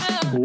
Tá um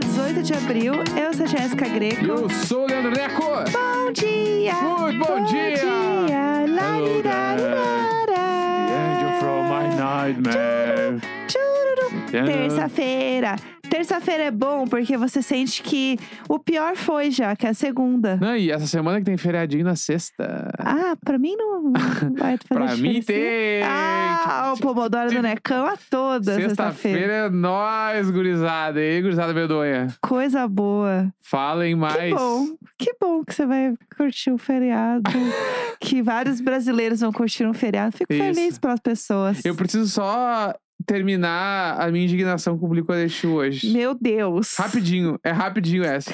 18 é de abril. Eu sou a Jéssica Greco. Eu sou o Leandro Neco. Bom dia! Muito bom dia! dia! Lá, Hello lá, there. lá, lá. The angel from my nightmare. Tchururu. Terça-feira. Terça-feira é bom porque você sente que o pior foi já, que é a segunda. Não, e essa semana que tem feriadinho na sexta. Ah, pra mim não vai fazer pra mim diferença. tem. Ah, o Pomodoro do Necão a toda sexta-feira. Sexta-feira é nóis, gurizada. E aí, gurizada medonha? Coisa boa. Falem mais. Que bom. Que bom que você vai curtir um feriado. que vários brasileiros vão curtir um feriado. Fico Isso. feliz pelas pessoas. Eu preciso só terminar a minha indignação com o Blico Alexu hoje. Meu Deus. Rapidinho, é rapidinho essa.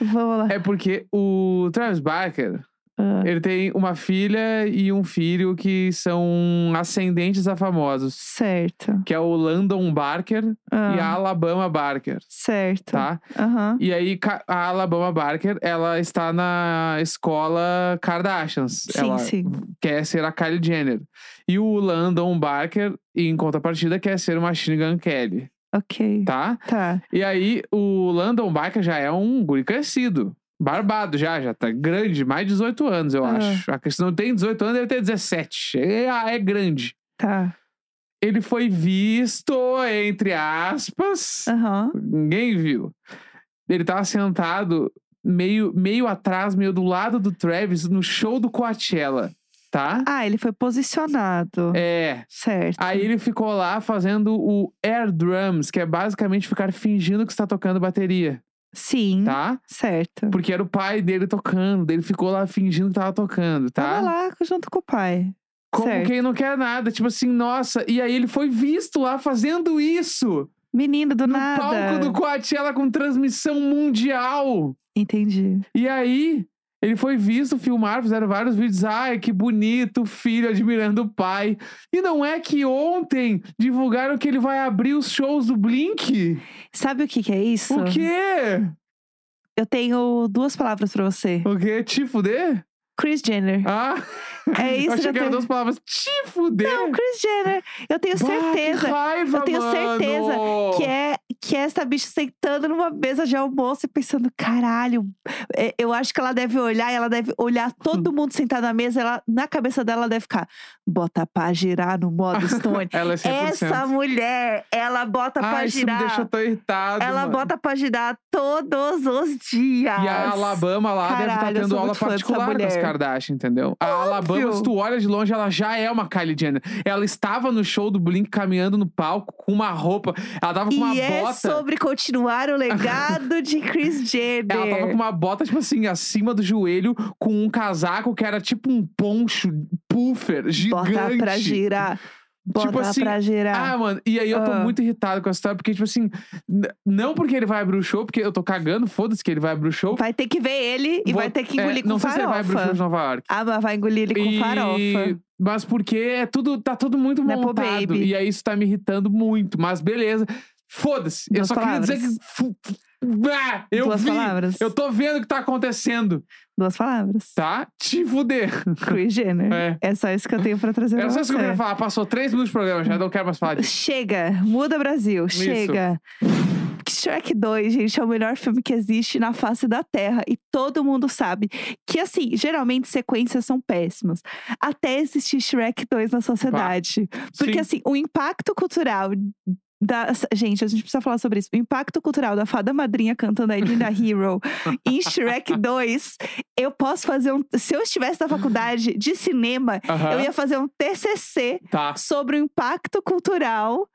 Vamos lá. É porque o Travis Barker, Ah. ele tem uma filha e um filho que são ascendentes a famosos. Certo. Que é o Landon Barker Ah, e a Alabama Barker, Certo. tá? Aham. E aí, ca- a Alabama Barker, ela está na escola Kardashians. Sim, ela sim. quer ser a Kylie Jenner. E o Landon Barker, em contrapartida, quer ser o Machine Gun Kelly, Ok. tá? Tá. E aí, o Landon Barker já é um guri crescido. Barbado já, já tá grande, mais de 18 anos, eu Ah. acho. A questão tem 18 anos, ele tem 17. É, é grande. Tá. Ele foi visto, entre aspas. Aham. Ninguém viu. Ele tava sentado meio, meio atrás, meio do lado do Travis, no show do Coachella, tá? Ah, ele foi posicionado. É. Certo. Aí ele ficou lá fazendo o air drums, que é basicamente ficar fingindo que está tocando bateria, Sim. tá? Certo. Porque era o pai dele tocando, daí ele ficou lá fingindo que tava tocando, Tava tá? lá junto com o pai. Como certo. quem não quer nada, tipo assim, nossa. E aí ele foi visto lá fazendo isso. Menino do no nada. palco do Coachella com transmissão mundial. Entendi. E aí ele foi visto, filmar, fizeram vários vídeos. Ai, que bonito, o filho admirando o pai. E não é que ontem divulgaram que ele vai abrir os shows do Blink? Sabe o que, que é isso? O quê? Eu tenho duas palavras pra você. O quê? Te fuder? Chris Jenner. Ah, É eu isso achei já que eram tem- duas palavras. Te fuder? Não, Chris Jenner. Eu tenho Bah, certeza que raiva, Eu tenho certeza mano. que é que é essa bicha sentando numa mesa de almoço e pensando, caralho, é, eu acho que ela deve olhar, e ela deve olhar todo mundo sentado na mesa, ela na cabeça dela ela deve ficar, bota pra girar no modo Stone. Ela é 100%. Essa mulher, ela bota pra ah, isso me girar. deixou tão irritado. ela mano. bota pra girar todos os dias. E a Alabama lá deve Caralho, eu estar tendo sou aula muito fã dessa particular das mulher. Kardashian, entendeu? A Alabama, se tu olha de longe, ela já é uma Kylie Jenner. Ela estava no show do Blink caminhando no palco com uma roupa. Ela tava com uma E é bota. sobre continuar o legado de Chris Jenner. Ela tava com uma bota, tipo assim, acima do joelho, com um casaco que era tipo um poncho puffer um gigante. Bota pra girar. Bota assim, pra girar. Ah, mano, e aí eu tô É. Ah. muito irritado com essa história, porque, tipo assim, n- não porque ele vai abrir o show, porque eu tô cagando, foda-se que ele vai abrir o show. Vai ter que ver ele e Vou- vai ter que é, engolir Não com sei se ele vai abrir o show de farofa. Nova York. Ah, mas vai engolir ele com E- farofa. Mas porque é tudo, tá tudo muito Nepo montado. Baby. E aí isso tá me irritando muito. Mas beleza. Foda-se. Eu Duas só queria dizer palavras. que. fu- fu- Ah, eu Duas vi. palavras. Eu tô vendo o que tá acontecendo. Duas palavas. Tá? Te fuder. Chris Jenner. É. É só isso que eu tenho pra trazer Era pra só isso que eu você. queria falar. Passou três minutos de programa já, não quero mais falar disso. Chega, muda Brasil, Isso. chega. Shrek 2, gente, é o melhor filme que existe na face da Terra. E todo mundo sabe que, assim, geralmente sequências são péssimas. Até existir Shrek 2 na sociedade. Porque, Sim. assim, o impacto cultural da. Gente, a gente precisa falar sobre isso. O impacto cultural da fada madrinha cantando a Linda Hero em Shrek 2. Eu posso fazer um. Se eu estivesse na faculdade de cinema, Aham, eu ia fazer um TCC Tá. sobre o impacto cultural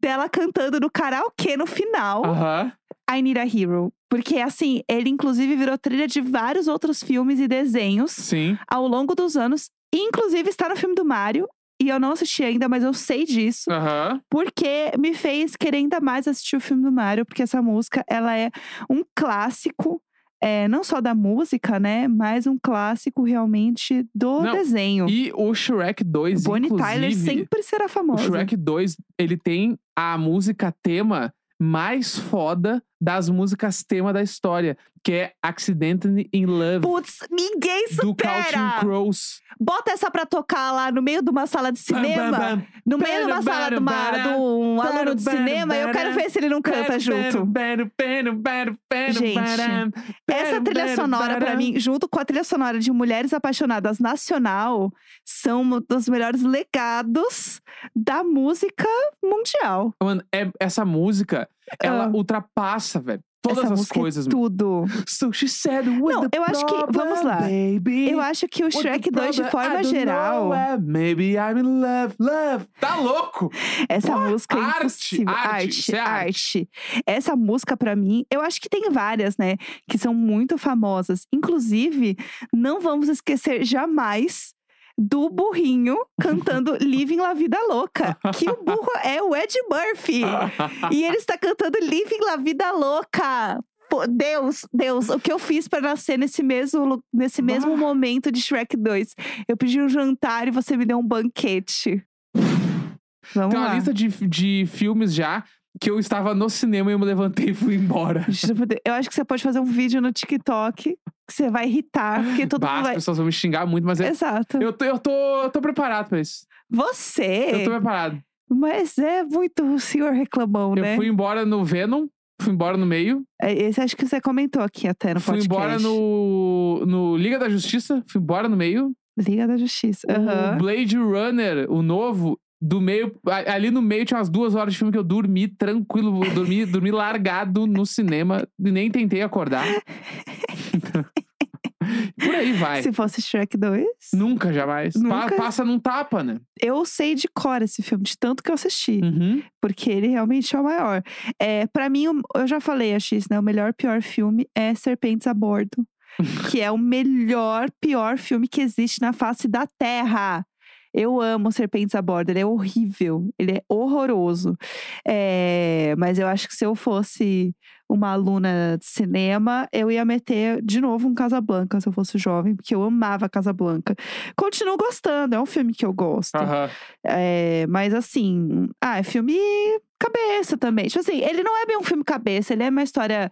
dela cantando no karaokê no final. Aham. I Need a Hero. Porque, assim, ele inclusive virou trilha de vários outros filmes e desenhos Sim. ao longo dos anos. Inclusive está no filme do Mario. E eu não assisti ainda, mas eu sei disso. Aham. Porque me fez querer ainda mais assistir o filme do Mario. Porque essa música, ela é um clássico. é, não só da música, né? Mas um clássico realmente do Não, desenho. E o Shrek 2, Bonnie inclusive, Tyler sempre será o famosa. Shrek é 2, ele tem a música tema mais foda das músicas tema da história. que é Accidentally in Love, Putz, ninguém do Counting supera. Crows. Bota essa pra tocar lá no meio de uma sala de Bam, cinema. bam, bam. No meio de uma Bara, sala de, uma, bara, de um aluno de bara, cinema, eu quero ver se ele não canta Bara, junto. bara, bara, bara, bara, Gente, bara, Essa bara, bara, trilha sonora, pra bara. mim, junto com a trilha sonora de Mulheres Apaixonadas Nacional, são um dos melhores legados da música mundial. Mano, é- essa música, ela Ah. ultrapassa, velho, todas Essa as música é coisas. mano. Tudo. So she said, what Não, the eu acho que- problem, vamos lá. baby? Eu acho que o What the Shrek 2, de problem? I forma don't geral, know where. Maybe I'm in love, love. Tá louco? essa música é Arte, impossível. arte, isso arte, é arte. arte. Essa música, pra mim, eu acho que tem várias, né? Que são muito famosas. Inclusive, não vamos esquecer jamais do burrinho cantando Living La Vida Louca. Que o burro é o Ed Murphy. E ele está cantando Living La Vida Louca. Pô, Deus, Deus, o que eu fiz para nascer nesse mesmo, lu- nesse Bah. mesmo momento de Shrek 2? Eu pedi um jantar e você me deu um banquete. Vamos Tem uma lá. lista de, de filmes já que eu estava no cinema e eu me levantei e fui embora. Eu acho que você pode fazer um vídeo no TikTok que você vai irritar, porque todo Bah, mundo as vai. pessoas vão me xingar muito, mas eu, Exato. eu, tô, eu, tô, eu tô preparado pra isso. Eu Você, tô preparado. mas é muito o senhor reclamão, Eu né? fui embora no Venom, fui embora no meio, É, Esse acho que você comentou aqui até no fui um podcast. embora no, no Liga da Justiça, fui embora no meio. Liga da Justiça. Aham. O Blade Runner, o novo, do meio. a- Ali no meio tinha umas duas horas de filme que eu dormi tranquilo, eu dormi, dormi largado no cinema e nem tentei acordar. Por aí vai. Se fosse Shrek 2. Nunca, jamais. Pa- Nunca? passa num tapa, né? Eu sei de cor esse filme, de tanto que eu assisti. Uhum. Porque ele realmente é o maior. É, para mim, o- eu já falei, a X, né? O melhor pior filme é Serpentes a Bordo. que é o melhor pior filme que existe na face da Terra. Eu amo Serpentes a Bordo, ele é horrível, ele é horroroso. É, mas eu acho que se eu fosse uma aluna de cinema, eu ia meter de novo um Casablanca, se eu fosse jovem, porque eu amava Casablanca. Continuo gostando, é um filme que eu gosto. Aham. É, mas assim, ah, é filme cabeça também. Tipo assim, ele não é bem um filme cabeça, ele é uma história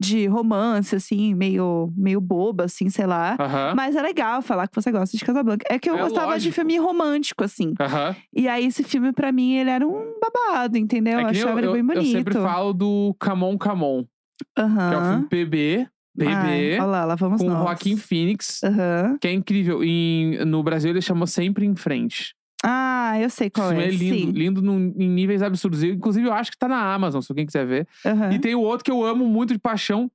de romance, assim, meio, meio boba, assim, sei lá. Aham. Mas é legal falar que você gosta de Casablanca. É que eu É gostava de lógico. filme romântico, assim. Aham. E aí, esse filme, pra mim, ele era um babado, É entendeu? eu que nem achava ele eu, bem eu, eu bonito. sempre falo do Camon Camon, que é o Aham. filme PB, PB, Ai, olha lá, lá vamos com o nós. Joaquim Phoenix, Aham. que é incrível. Em, no Brasil ele chamou Sempre em Frente. Ah, eu sei qual Esse filme é é. lindo, Sim. lindo num- em níveis absurdos. Eu, Inclusive, eu acho que tá na Amazon, se alguém quiser ver. Aham. E tem o outro que eu amo muito de paixão.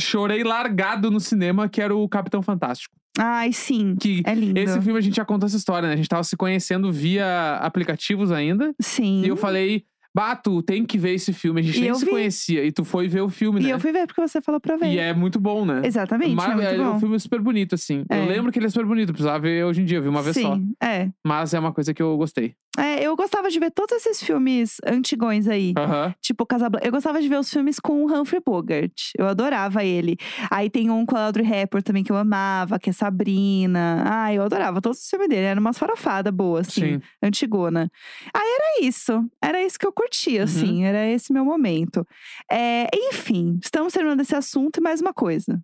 Chorei largado no cinema, que era o Capitão Fantástico. Ai, sim. Que É lindo. esse filme a gente já contou essa história, né? A gente tava se conhecendo via aplicativos ainda. Sim. E eu falei, Bato, tem que ver esse filme. A gente Uhum. E nem eu se vi. conhecia. E tu foi ver o filme, E né? eu fui ver porque você falou pra ver. E é muito bom, né? Exatamente, Maravilha- é muito um bom. filme super bonito, assim. É. Eu lembro que ele é super bonito, precisava ver hoje em dia, eu vi uma vez Sim, só. É. Mas é uma coisa que eu gostei. É, Eu gostava de ver todos esses filmes antigões aí. Aham. Tipo, Casablanca. Eu gostava de ver os filmes com o Humphrey Bogart. Eu adorava ele. Aí tem um com a Audrey Hepburn também que eu amava, que é Sabrina. Ah, eu adorava todos os filmes dele. Era umas farofadas boas, assim. Sim. Antigona. Aí era isso. Era isso que eu curtia, Uhum. assim. Era esse meu momento. É, enfim, estamos terminando esse assunto e mais uma coisa.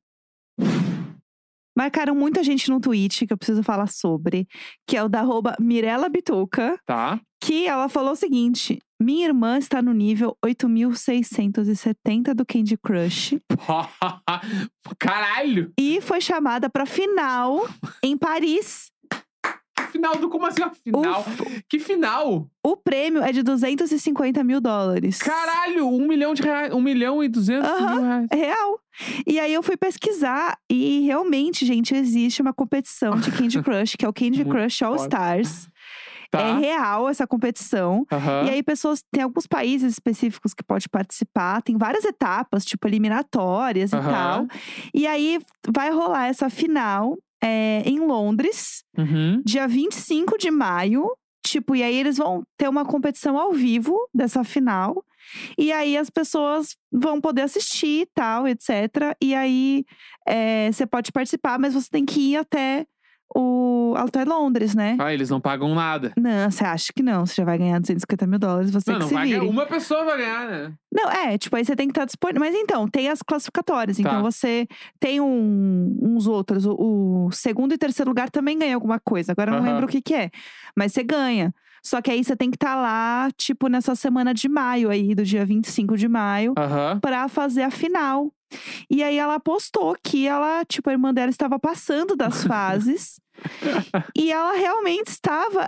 Marcaram muita gente no tweet que eu preciso falar sobre, que é o da arroba Mirella Bituca Tá. que ela falou o seguinte: minha irmã está no nível 8670 do Candy Crush Caralho! e foi chamada pra final em Paris. Final do. Como assim? ó, O, Final? Que final? o prêmio é de 250 mil dólares. Caralho! Um milhão de reais. Um milhão e duzentos Aham. mil reais. É Real. E aí eu fui pesquisar e realmente, gente, existe uma competição de Candy Crush, que é o Candy Muito Crush All foda. Stars. É Tá. real essa competição. Aham. E aí, pessoas, tem alguns países específicos que pode participar, tem várias etapas, tipo eliminatórias e Aham. tal. E aí vai rolar essa final é, em Londres, Uhum. dia 25 de maio. Tipo, e aí eles vão ter uma competição ao vivo dessa final. E aí as pessoas vão poder assistir e tal, etc. E aí é, você pode participar, mas você tem que ir até o. Ela tá em Londres, né? Ah, eles não pagam nada. Não, você acha que não. Você já vai ganhar 250 mil dólares, você não, que não se vai ganhar. vire. Uma pessoa vai ganhar, né? Não, é, tipo, aí você tem que estar disponível. Mas então, tem as classificatórias. Tá. Então você tem um- uns outros. O, o segundo e terceiro lugar também ganha alguma coisa. Agora eu não Aham. lembro o que, que é. Mas você ganha. Só que aí você tem que estar lá, tipo, nessa semana de maio aí, do dia 25 de maio, Aham. pra fazer a final. E aí ela postou que ela, tipo, a irmã dela estava passando das fases. e ela realmente estava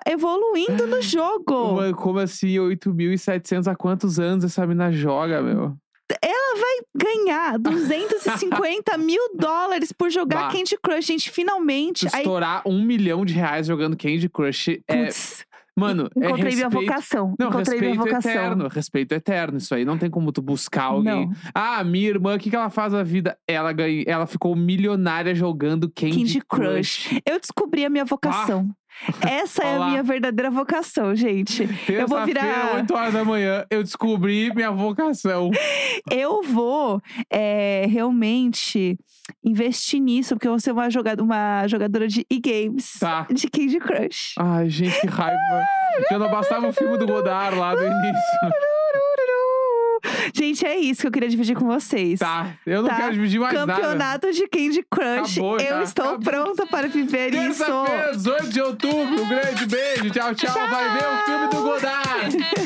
evoluindo no jogo. Uma- Como assim, 8.700 há quantos anos essa mina joga, meu? ganhar 250 mil dólares por jogar Bah. Candy Crush, gente, finalmente. Tu Aí, estourar um milhão de reais jogando Candy Crush é. putz, Mano, é encontrei minha respeito. vocação. Não, encontrei respeito é minha vocação. eterno. Respeito eterno. Isso aí não tem como tu buscar alguém. Não, Ah, minha irmã, o que, que ela faz a vida? Ela, ganha, ela ficou milionária jogando Candy, Candy Crush. eu descobri a minha vocação. Essa é Olá. a minha verdadeira vocação, gente. Eu vou virar- Terça-feira, 8 horas da manhã, eu descobri minha vocação. Eu vou é, realmente investir nisso, porque eu vou ser uma, joga- uma jogadora de e-games Tá. de Candy Crush. Ai, gente, que raiva. Já não bastava o filme do Godard lá do início. Gente, é isso que eu queria dividir com vocês. Tá, eu não Tá. quero dividir mais nada. Campeonato de Candy Crush. Acabou, eu tá. estou Acabou. pronta para viver isso. Terça-feira, 18 de outubro. Um grande beijo. Tchau, tchau. Vai ver o filme do Godard.